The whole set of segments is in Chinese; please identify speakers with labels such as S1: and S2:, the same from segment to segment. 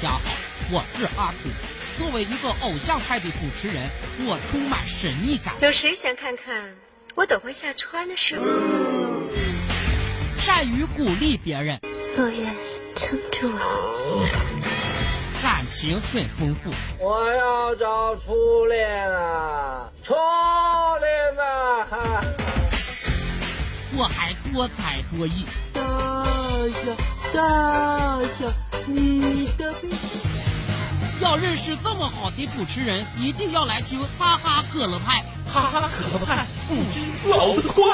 S1: 家好，我是阿土。作为一个偶像派的主持人，我充满神秘感。
S2: 有谁想看看我等会下川的时候？
S1: 善于鼓励别人，
S2: 落叶，撑住我！
S1: 感情很丰富，
S3: 我要找初恋啊，初恋啊！哈
S1: 我还多才多艺，
S4: 大侠，大侠，你的病。
S1: 要认识这么好的主持人，一定要来听哈哈可乐派。
S5: 哈哈可乐派，不听老子快。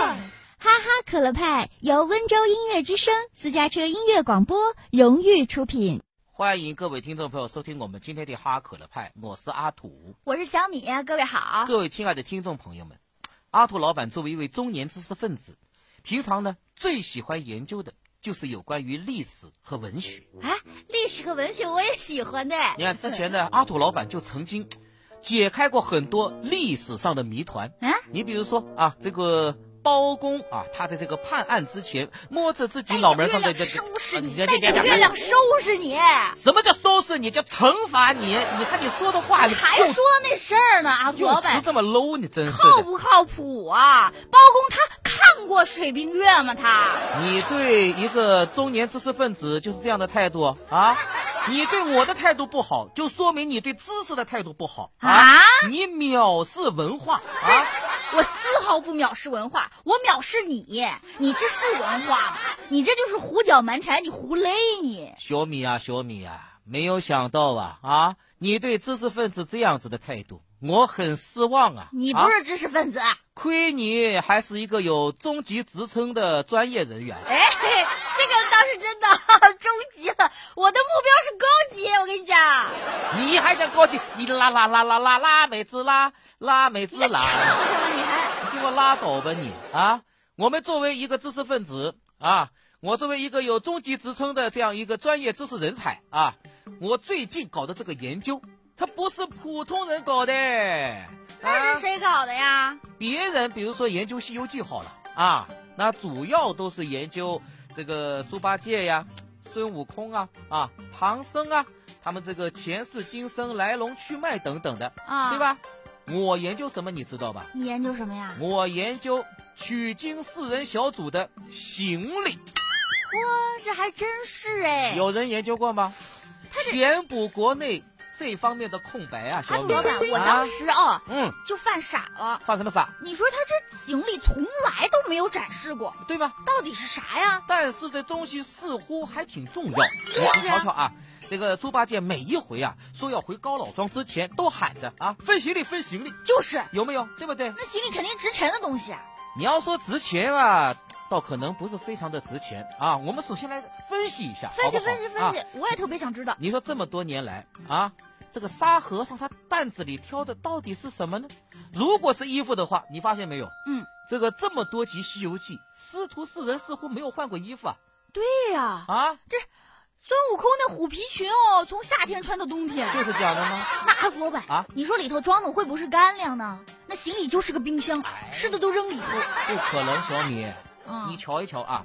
S6: 哈哈可乐派由温州音乐之声私家车音乐广播荣誉出品。
S5: 欢迎各位听众朋友收听我们今天的哈哈可乐派，我是阿土。
S6: 我是小米，各位好。
S5: 各位亲爱的听众朋友们，阿土老板作为一位中年知识分子，平常呢最喜欢研究的就是有关于历史和文学。
S6: 啊，历史和文学我也喜欢的。
S5: 你看之前呢，阿土老板就曾经解开过很多历史上的谜团。
S6: 啊，
S5: 你比如说啊，这个包公啊，他在这个判案之前摸着自己脑门上的这个，
S6: 收拾
S5: 啊
S6: 你，
S5: 这
S6: 带
S5: 这
S6: 着
S5: 这
S6: 哎月亮收拾你，还
S5: 什么叫收拾你？叫惩罚你？你看你说的话，你用
S6: 说那事儿呢？啊，
S5: 用
S6: 老
S5: 词
S6: 板
S5: 这么 low，你真是
S6: 靠
S5: 的。
S6: 不靠谱啊？包公他看过水冰月吗？他
S5: 你对一个中年知识分子就是这样的态度啊？你对我的态度不好，就说明你对知识的态度不好
S6: 啊
S5: 你藐视文化啊！
S6: 我丝毫不藐视文化，我藐视你，你这是文化吗？你这就是胡搅蛮缠，你胡勒你。
S5: 小米啊，小米啊，没有想到啊啊！你对知识分子这样子的态度，我很失望啊！
S6: 你
S5: 啊
S6: 不是知识分子，
S5: 亏你还是一个有中级职称的专业人员。
S6: 哎，这个倒是真的， 中级了。我的目标是高级，我跟你讲，
S5: 你还想高级？你拉拉拉拉拉拉美兹拉拉美兹拉，
S6: 你还
S5: 你给我拉倒吧你啊！我们作为一个知识分子啊，我作为一个有中级职称的这样一个专业知识人才啊，我最近搞的这个研究，它不是普通人搞的。
S6: 那
S5: 啊
S6: 是谁搞的呀？
S5: 别人比如说研究《西游记》好了啊，那主要都是研究这个猪八戒呀、孙悟空啊、啊唐僧啊，他们这个前世今生、来龙去脉等等的，
S6: 啊，
S5: 对？吧？我研究什么你知道吧？
S6: 你研究什么呀？
S5: 我研究取经四人小组的行李，
S6: 哇，这还真是哎。
S5: 有人研究过吗？填补国内这方面的空白啊，
S6: 啊，
S5: 小米。
S6: 老板，我
S5: 啊
S6: 当时啊
S5: 嗯，
S6: 就犯傻了。
S5: 放什么傻？
S6: 你说他这行李从来都没有展示过，
S5: 对吧？
S6: 到底是啥呀？
S5: 但是这东西似乎还挺重要。哎你你瞧瞧啊，这个猪八戒每一回啊说要回高老庄之前，都喊着啊分行李分行李，
S6: 就是，
S5: 有没有？对不对？
S6: 那行李肯定值钱的东西啊。
S5: 你要说值钱吧，倒可能不是非常的值钱啊。我们首先来分析一下，
S6: 分
S5: 好不
S6: 析
S5: 好
S6: 分析
S5: 啊
S6: 分析，我也特别想知道。
S5: 你说这么多年来啊，这个沙和尚他担子里挑的到底是什么呢？如果是衣服的话，你发现没有？
S6: 嗯，
S5: 这个这么多集《西游记》，师徒四人似乎没有换过衣服啊
S6: 对呀，
S5: 啊，
S6: 孙悟空那虎皮裙哦，从夏天穿到冬天。
S5: 就是这样的吗？
S6: 那老板
S5: 啊，
S6: 你说里头装的会不会是干粮呢？那行李就是个冰箱，吃的都扔里头。
S5: 不可能，小米，
S6: 嗯
S5: 你瞧一瞧啊，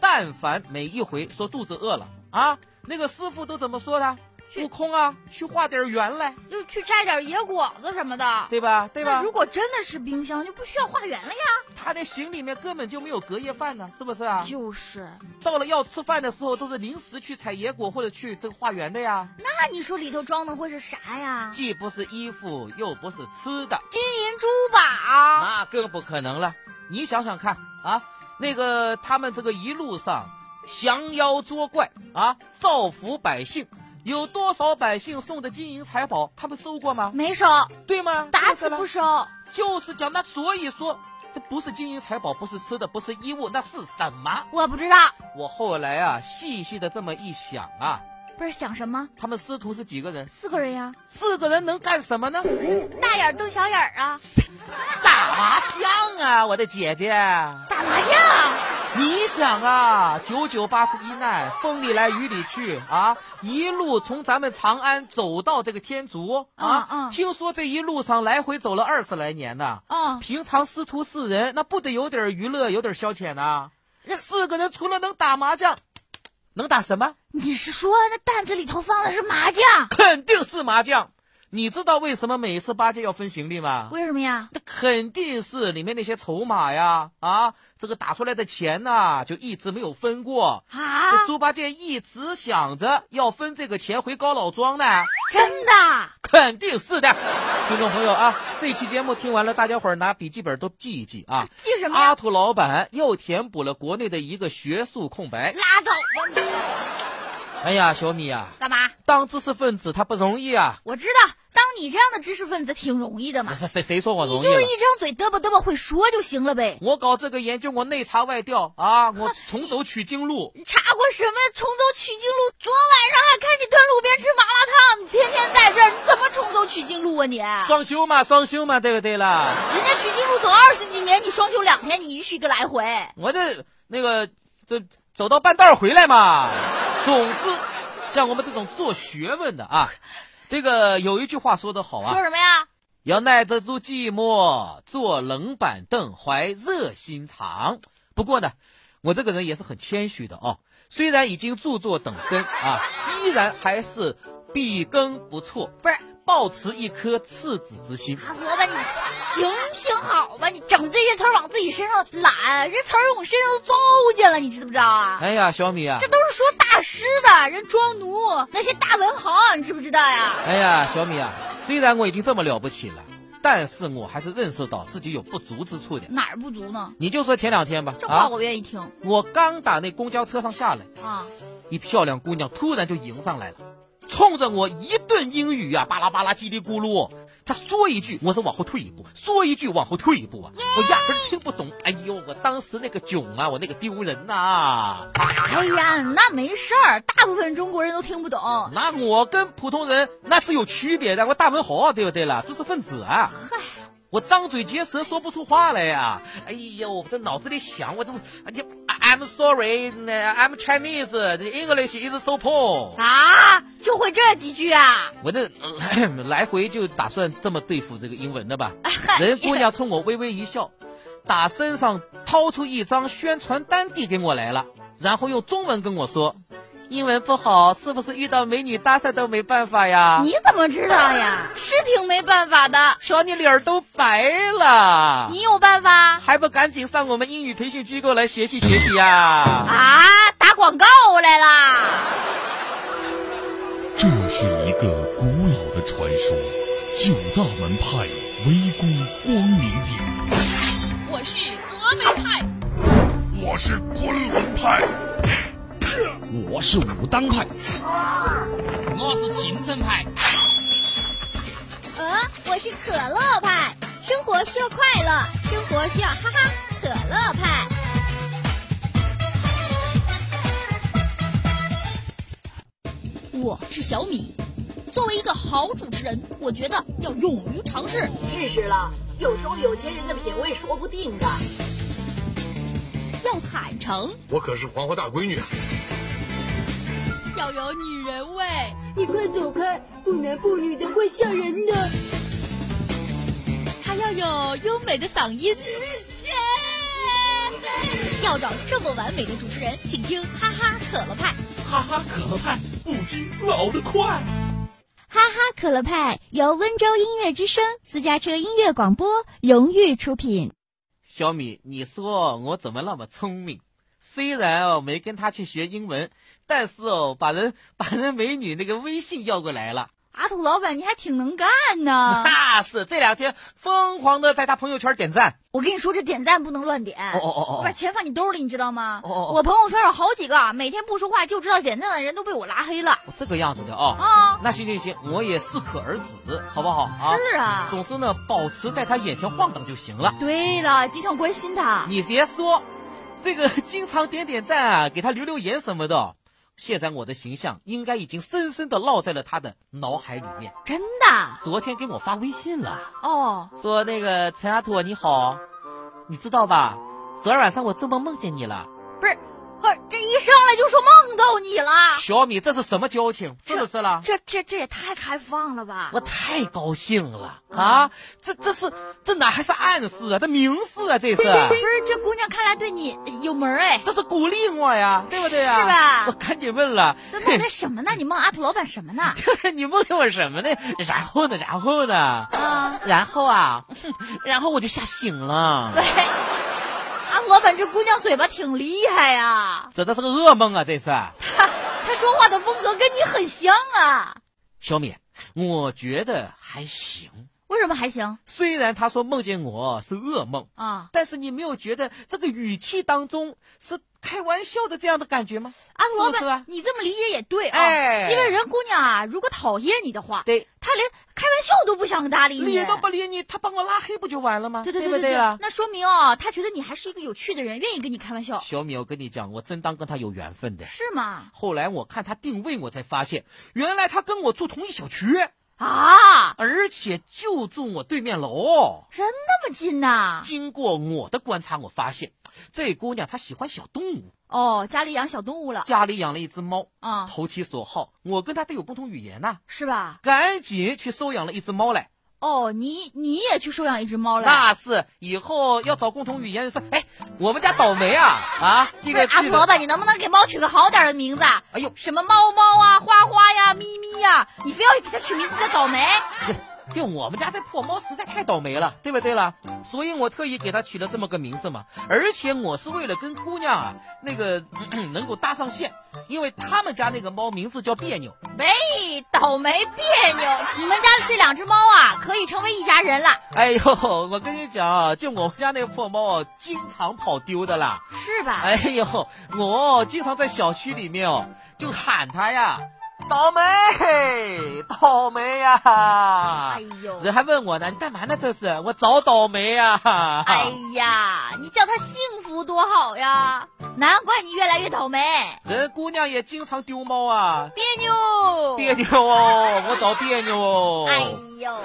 S5: 但凡每一回说肚子饿了啊，那个师傅都怎么说的？
S6: 去
S5: 悟空啊，去化点缘来，
S6: 就去摘点野果子什么的。
S5: 对吧？对
S6: 那
S5: 吧
S6: 如？果真的是冰箱，就不需要化缘了呀。
S5: 他的行李里面根本就没有隔夜饭呢，是不是啊？
S6: 就是，
S5: 到了要吃饭的时候，都是临时去采野果或者去这个化缘的呀。
S6: 那你说里头装的会是啥呀？
S5: 既不是衣服，又不是吃的，
S6: 金银珠宝。
S5: 那更不可能了。你想想看啊，那个他们这个一路上降妖捉怪啊，造福百姓，有多少百姓送的金银财宝，他们收过吗？
S6: 没收，
S5: 对吗？
S6: 打
S5: 就是
S6: 死
S5: 了
S6: 不收。
S5: 就是讲那，所以说。这不是金银财宝，不是吃的，不是衣物，那是什么？
S6: 我不知道，
S5: 我后来啊，细细的这么一想啊，
S6: 不是想什么？
S5: 他们师徒是几个人？
S6: 四个人呀，
S5: 四个人能干什么 呢？
S6: 大眼瞪小眼儿啊，
S5: 打麻将啊，我的姐姐！
S6: 打麻将。
S5: 你想啊，九九八十一难，风里来雨里去啊，一路从咱们长安走到这个天竺啊，
S6: 嗯嗯
S5: 听说这一路上来回走了二十来年呢。
S6: 嗯，
S5: 平常师徒四人，那不得有点娱乐，有点消遣呐、
S6: 那
S5: 四个人除了能打麻将，能打什么？
S6: 你是说那担子里头放的是麻将？
S5: 肯定是麻将。你知道为什么每次八戒要分行李吗？
S6: 为什么呀？
S5: 那肯定是里面那些筹码呀，啊，这个打出来的钱呐、就一直没有分过。
S6: 啊，
S5: 猪八戒一直想着要分这个钱回高老庄呢，
S6: 真的？
S5: 肯定是的。听众朋友啊，这一期节目听完了，大家伙儿拿笔记本都记一记啊。
S6: 记什么呀？
S5: 阿土老板又填补了国内的一个学术空白。
S6: 拉倒吧！
S5: 哎呀，小米啊，
S6: 干嘛？
S5: 当知识分子他不容易啊。
S6: 我知道，当你这样的知识分子挺容易的嘛，
S5: 谁谁谁说我哎容易
S6: 你就是
S5: 了？
S6: 一张嘴嘚吧嘚吧会说就行了呗。
S5: 我搞这个研究，我内查外调啊，我重走取经 路。
S6: 你查过什么重走取经路？昨晚上还看你跟路边吃麻辣烫，你天天在这儿，你怎么重走取经路啊你？人
S5: 双休嘛，双休嘛，对不对啦？
S6: 家取经路走二十几年，你双休两天，你一去一个来回。
S5: 我这那个这走到半道儿回来嘛。总之，像我们这种做学问的啊，这个有一句话说得好啊，
S6: 说什么呀？
S5: 要耐得住寂寞，坐冷板凳，怀热心肠。不过呢，我这个人也是很谦虚的哦。虽然已经著作等身啊，依然还是笔耕不辍，
S6: 不是
S5: 抱持一颗赤子之心。
S6: 阿罗吧，你行行好吧，你整这些词儿往自己身上揽，这词儿往身上都糟践了，你知不知道啊？
S5: 哎呀，小米啊
S6: 这，都是说大师的，人庄奴那些大文豪，你知不知道呀？
S5: 哎呀，小米啊，虽然我已经这么了不起了，但是我还是认识到自己有不足之处的。
S6: 哪儿不足呢？
S5: 你就说前两天吧，
S6: 这话
S5: 啊，
S6: 我愿意听啊
S5: 我刚打那公交车上下来。一漂亮姑娘突然就迎上来了，冲着我一顿英语啊，巴拉巴拉叽里咕噜。她说一句，我是往后退一步；说一句，往后退一步啊，我压根儿听不懂。哎呦，我当时那个囧啊，我那个丢人呐、
S6: 哎呀，那没事儿，大部分中国人都听不懂。
S5: 那我跟普通人那是有区别的，我大文豪啊，对不对啦？知识分子啊。我张嘴结舌说不出话来呀、哎呀，我这脑子里想，我这，哎呀，I'm sorry，I'm Chinese，the English is so poor。
S6: 啊，就会这几句啊？
S5: 我这、 嗯来回就打算这么对付这个英文的吧。人姑娘冲我微微一笑，打身上掏出一张宣传单递给我来了，然后用中文跟我说：“英文不好，是不是遇到美女搭讪都没办法呀？
S6: 你怎么知道呀？是挺没办法的，
S5: 瞧你脸儿都白了，
S6: 你有办法
S5: 还不赶紧上我们英语培训机构来学习学习呀、
S6: 啊？打广告来啦！
S7: 这是一个古老的传说，九大门派围攻光明顶。
S8: 我是峨眉派，
S7: 我是昆仑派，我是武当派，
S1: 我是秦镇派，
S8: 呃，我是可乐派。生活需要快乐，生活需要哈哈，可乐派。我是小米。作为一个好主持人，我觉得要勇于尝试。
S9: 试试了。有时候有钱人的品味说不定
S8: 啊
S9: 的。
S8: 要坦诚，
S10: 我可是黄花大闺女。啊
S8: 要有女人味。
S9: 你快走开，不男不女的会吓人的。
S8: 还要有优美的嗓音。要找这么完美的主持人，请听哈哈可乐派。
S7: 哈哈可乐派，不听老得快。
S8: 哈哈可乐派由温州音乐之声私家车音乐广播荣誉出品。
S5: 小米，你说我怎么那么聪明？虽然哦没跟他去学英文，但是哦把人 把人美女那个微信要过来了。
S6: 阿土老板，你还挺能干呢。
S5: 那是这两天疯狂的在他朋友圈点赞。
S6: 我跟你说，这点赞不能乱点。
S5: 哦哦
S6: 我
S5: 哦
S6: 把
S5: 哦，
S6: 钱放你兜里，你知道吗？
S5: 哦哦哦
S6: 我朋友圈有好几个，每天不说话就知道点赞的人都被我拉黑了
S5: 哦这个样子的哦。
S6: 啊！
S5: 那行行行，我也适可而止，好不好啊？
S6: 是啊，
S5: 总之呢，保持在他眼前晃荡就行了。
S6: 对了，经常关心他，
S5: 你别说，这个经常点点赞啊，给他留留言什么的。现在我的形象应该已经深深的烙在了他的脑海里面。
S6: 真的
S5: 昨天给我发微信了，
S6: 哦。
S5: 说那个陈阿土你好，你知道吧？昨儿晚上我做梦梦见你了。
S6: 不是，不是，这一上来就说梦到你了，
S5: 小米，这是什么交情？是不是啦？
S6: 这这这也太开放了吧！
S5: 我太高兴了
S6: 嗯
S5: 啊！这这是这哪还是暗示啊？这明示啊！ 这是
S6: 不是，这姑娘看来对你有门儿哎。
S5: 这是鼓励我呀，对不对呀？
S6: 是吧
S5: 我赶紧问了，
S6: 这梦的什么呢？你梦阿土老板什么呢？
S5: 就是你梦见我什么呢？然后呢？然后呢？
S6: 啊，
S5: 然后啊， 然后我就吓醒了，
S6: 对，阿土老板这姑娘嘴巴挺厉害呀、
S5: 真的是个噩梦啊！这次，
S6: 她她说话的风格跟你很像啊。
S5: 小米，我觉得还行。
S6: 为什么还行
S5: 虽然他说梦见我是噩梦，
S6: 啊？
S5: 但是你没有觉得这个语气当中是开玩笑的这样的感觉吗？
S6: 阿土老
S5: 是不啊
S6: 板
S5: 是，
S6: 你这么理解也对啊、
S5: 哎
S6: 因为人姑娘啊，如果讨厌你的话，
S5: 对，
S6: 她连开玩笑都不想搭理你，哎
S5: 理都不理你，他把我拉黑不就完了吗？
S6: 对对
S5: 不
S6: 对
S5: 对了？
S6: 那说明啊，他觉得你还是一个有趣的人，愿意跟你开玩笑，
S5: 小米，我跟你讲，我真当跟他有缘分的。
S6: 是吗？
S5: 后来我看他定位，我才发现原来他跟我住同一小区，
S6: 啊，
S5: 而且就住我对面楼。
S6: 人那么近呐、
S5: 经过我的观察，我发现这姑娘她喜欢小动物，
S6: 哦，家里养小动物了
S5: 家里养了一只猫，
S6: 啊、
S5: 投其所好。我跟她得有共同语言呐、
S6: 是吧？
S5: 赶紧去收养了一只猫来。
S6: 哦，你你也去收养一只猫了？
S5: 那是以后要找共同语言，说哎，我们家倒霉啊啊！这
S6: 不
S5: 个
S6: 是阿
S5: 这
S6: 土
S5: 个
S6: 老板，你能不能给猫取个好点儿的名字？啊？
S5: 哎呦，
S6: 什么猫猫啊、花花呀、咪咪呀，你非要给它取名字叫倒霉？
S5: 对我们家这破猫实在太倒霉了，对不对啦？所以我特意给它取了这么个名字嘛。而且我是为了跟姑娘啊那个 咳咳能够搭上线，因为他们家那个猫名字叫别扭，
S6: 喂，倒霉别扭！你们家这两只猫啊，可以成为一家人了，
S5: 哎呦，我跟你讲啊，就我们家那个破猫啊，经常跑丢的啦。
S6: 是吧？
S5: 哎呦，我经常在小区里面哦，就喊它呀，倒霉，倒霉呀、
S6: 哎呦，
S5: 人还问我呢，你干嘛呢？这是我找倒霉啊呀、
S6: 哎呀，你叫它幸福多好呀！难怪你越来越倒霉，
S5: 人姑娘也经常丢猫啊，
S6: 别扭，
S5: 别扭哦，我找别扭哦。
S6: 哎呦，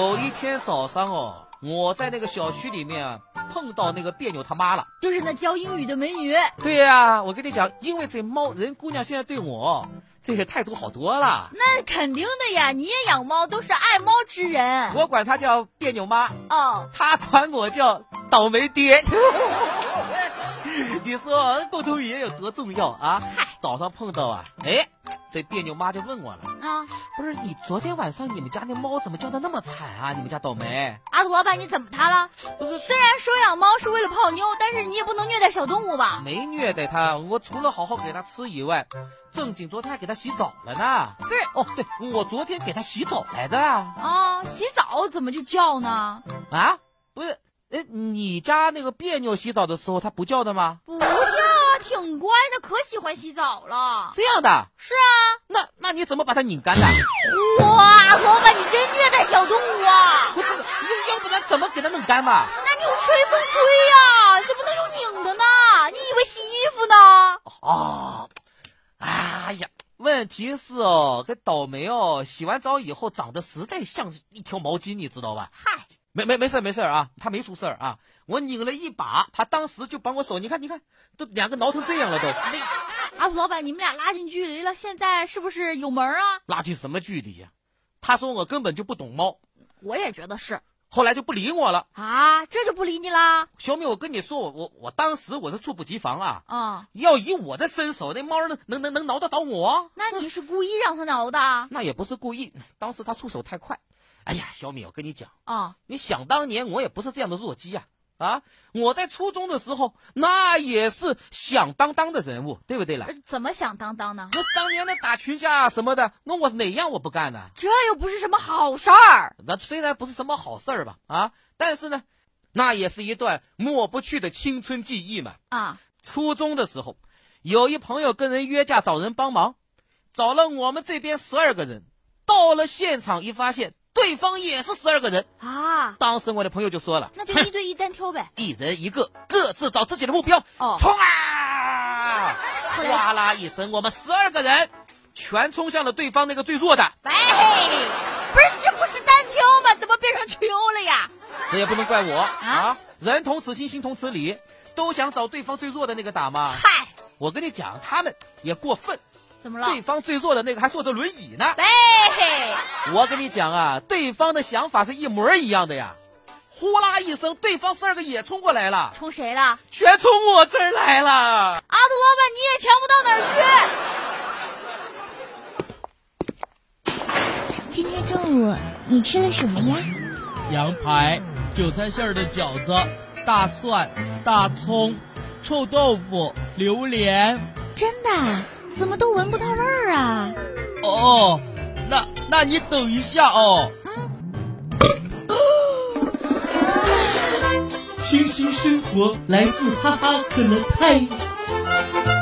S5: 有一天早上哦，我在那个小区里面啊碰到那个别扭他妈了。
S6: 就是那教英语的美女，哎
S5: 对呀、我跟你讲，因为这猫人姑娘现在对我这个态度好多了，
S6: 那肯定的呀，你也养猫，都是爱猫之人
S5: 我管她叫别扭妈，
S6: 哦。
S5: 她管我叫倒霉爹。你说沟通语言有多重要啊？早上碰到啊，哎，这别扭妈就问我了。
S6: 啊，
S5: 不是你昨天晚上你们家那猫怎么叫的那么惨啊？你们家倒霉？
S6: 阿土老板，你怎么他了？
S5: 不是
S6: 虽然收养猫是为了泡妞，但是你也不能虐待小动物吧？
S5: 没虐待它，我除了好好给它吃以外，正经昨天还给它洗澡了呢。
S6: 不是
S5: 哦，对，嗯我昨天给它洗澡来的
S6: 啊，洗澡怎么就叫呢？
S5: 啊，不是。哎，你家那个别扭洗澡的时候它不叫的吗？
S6: 不叫啊，挺乖的，可喜欢洗澡了。
S5: 这样的，
S6: 是啊，
S5: 那那你怎么把它拧干的？
S6: 哇，阿土老板，你真虐待小动物啊！
S5: 不是， 要要不然怎么给它弄干嘛？
S6: 那你用吹风吹呀、你怎么能用拧的呢？你以为洗衣服呢？
S5: 哦，哎呀，问题是哦，这倒霉哦，洗完澡以后长得实在像一条毛巾，你知道吧？
S6: 嗨，
S5: 没没没事儿没事儿啊，他没出事儿啊，我拧了一把，他当时就把我手，你看你看，都两个挠成这样了都，
S6: 阿土老板，你们俩拉近距离了，现在是不是有门儿啊？
S5: 拉近什么距离呀、他说我根本就不懂猫，
S6: 我也觉得是
S5: 后来就不理我了。
S6: 啊，这就不理你啦
S5: 小米，我跟你说，我我我当时我是猝不及防啊，
S6: 啊、
S5: 要以我的身手，那猫能能能能挠得倒我？
S6: 那你是故意让他挠的啊、
S5: 那也不是故意，当时他出手太快。哎呀，小米，我跟你讲，
S6: 哦
S5: 你想当年我也不是这样的弱鸡呀、啊，我在初中的时候那也是响当当的人物，对不对啦
S6: 呃？怎么响当当呢？
S5: 我当年那打群架啊什么的，那我哪样我不干呢？
S6: 这又不是什么好事儿。
S5: 那虽然不是什么好事儿吧，啊，但是呢，那也是一段抹不去的青春记忆嘛。
S6: 啊，
S5: 初中的时候，有一朋友跟人约架找人帮忙，找了我们这边十二个人，到了现场一发现对方也是十二个人，
S6: 啊，
S5: 当时我的朋友就说了，
S6: 那就
S5: 哼
S6: 一对一单挑呗。
S5: 一人一个，各自找自己的目标，
S6: 哦
S5: 冲啊！哗啦一声，我们十二个人全冲向了对方那个最弱的，
S6: 喂，不是，这不是单挑吗？怎么变成群殴了呀？
S5: 这也不能怪我
S6: 啊
S5: 啊！人同此心，心同此理，都想找对方最弱的那个打嘛。
S6: 嗨，
S5: 我跟你讲，他们也过分，
S6: 怎么了？
S5: 对方最坐的那个还坐着轮椅呢。
S6: 哎，
S5: 我跟你讲啊，对方的想法是一模一样的呀。呼啦一声，对方三个也冲过来了，
S6: 冲谁了？阿
S5: 全冲我这儿来了。
S6: 土老板，你也强不到哪儿
S8: 今天中午你吃了什么呀？
S1: 羊排、韭菜馅儿的饺子、大蒜、大葱、臭豆腐、榴莲。
S8: 真的啊？怎么都闻不到味儿啊？
S1: 哦，那那你等一下哦。
S4: 清新生活来自哈哈可乐派。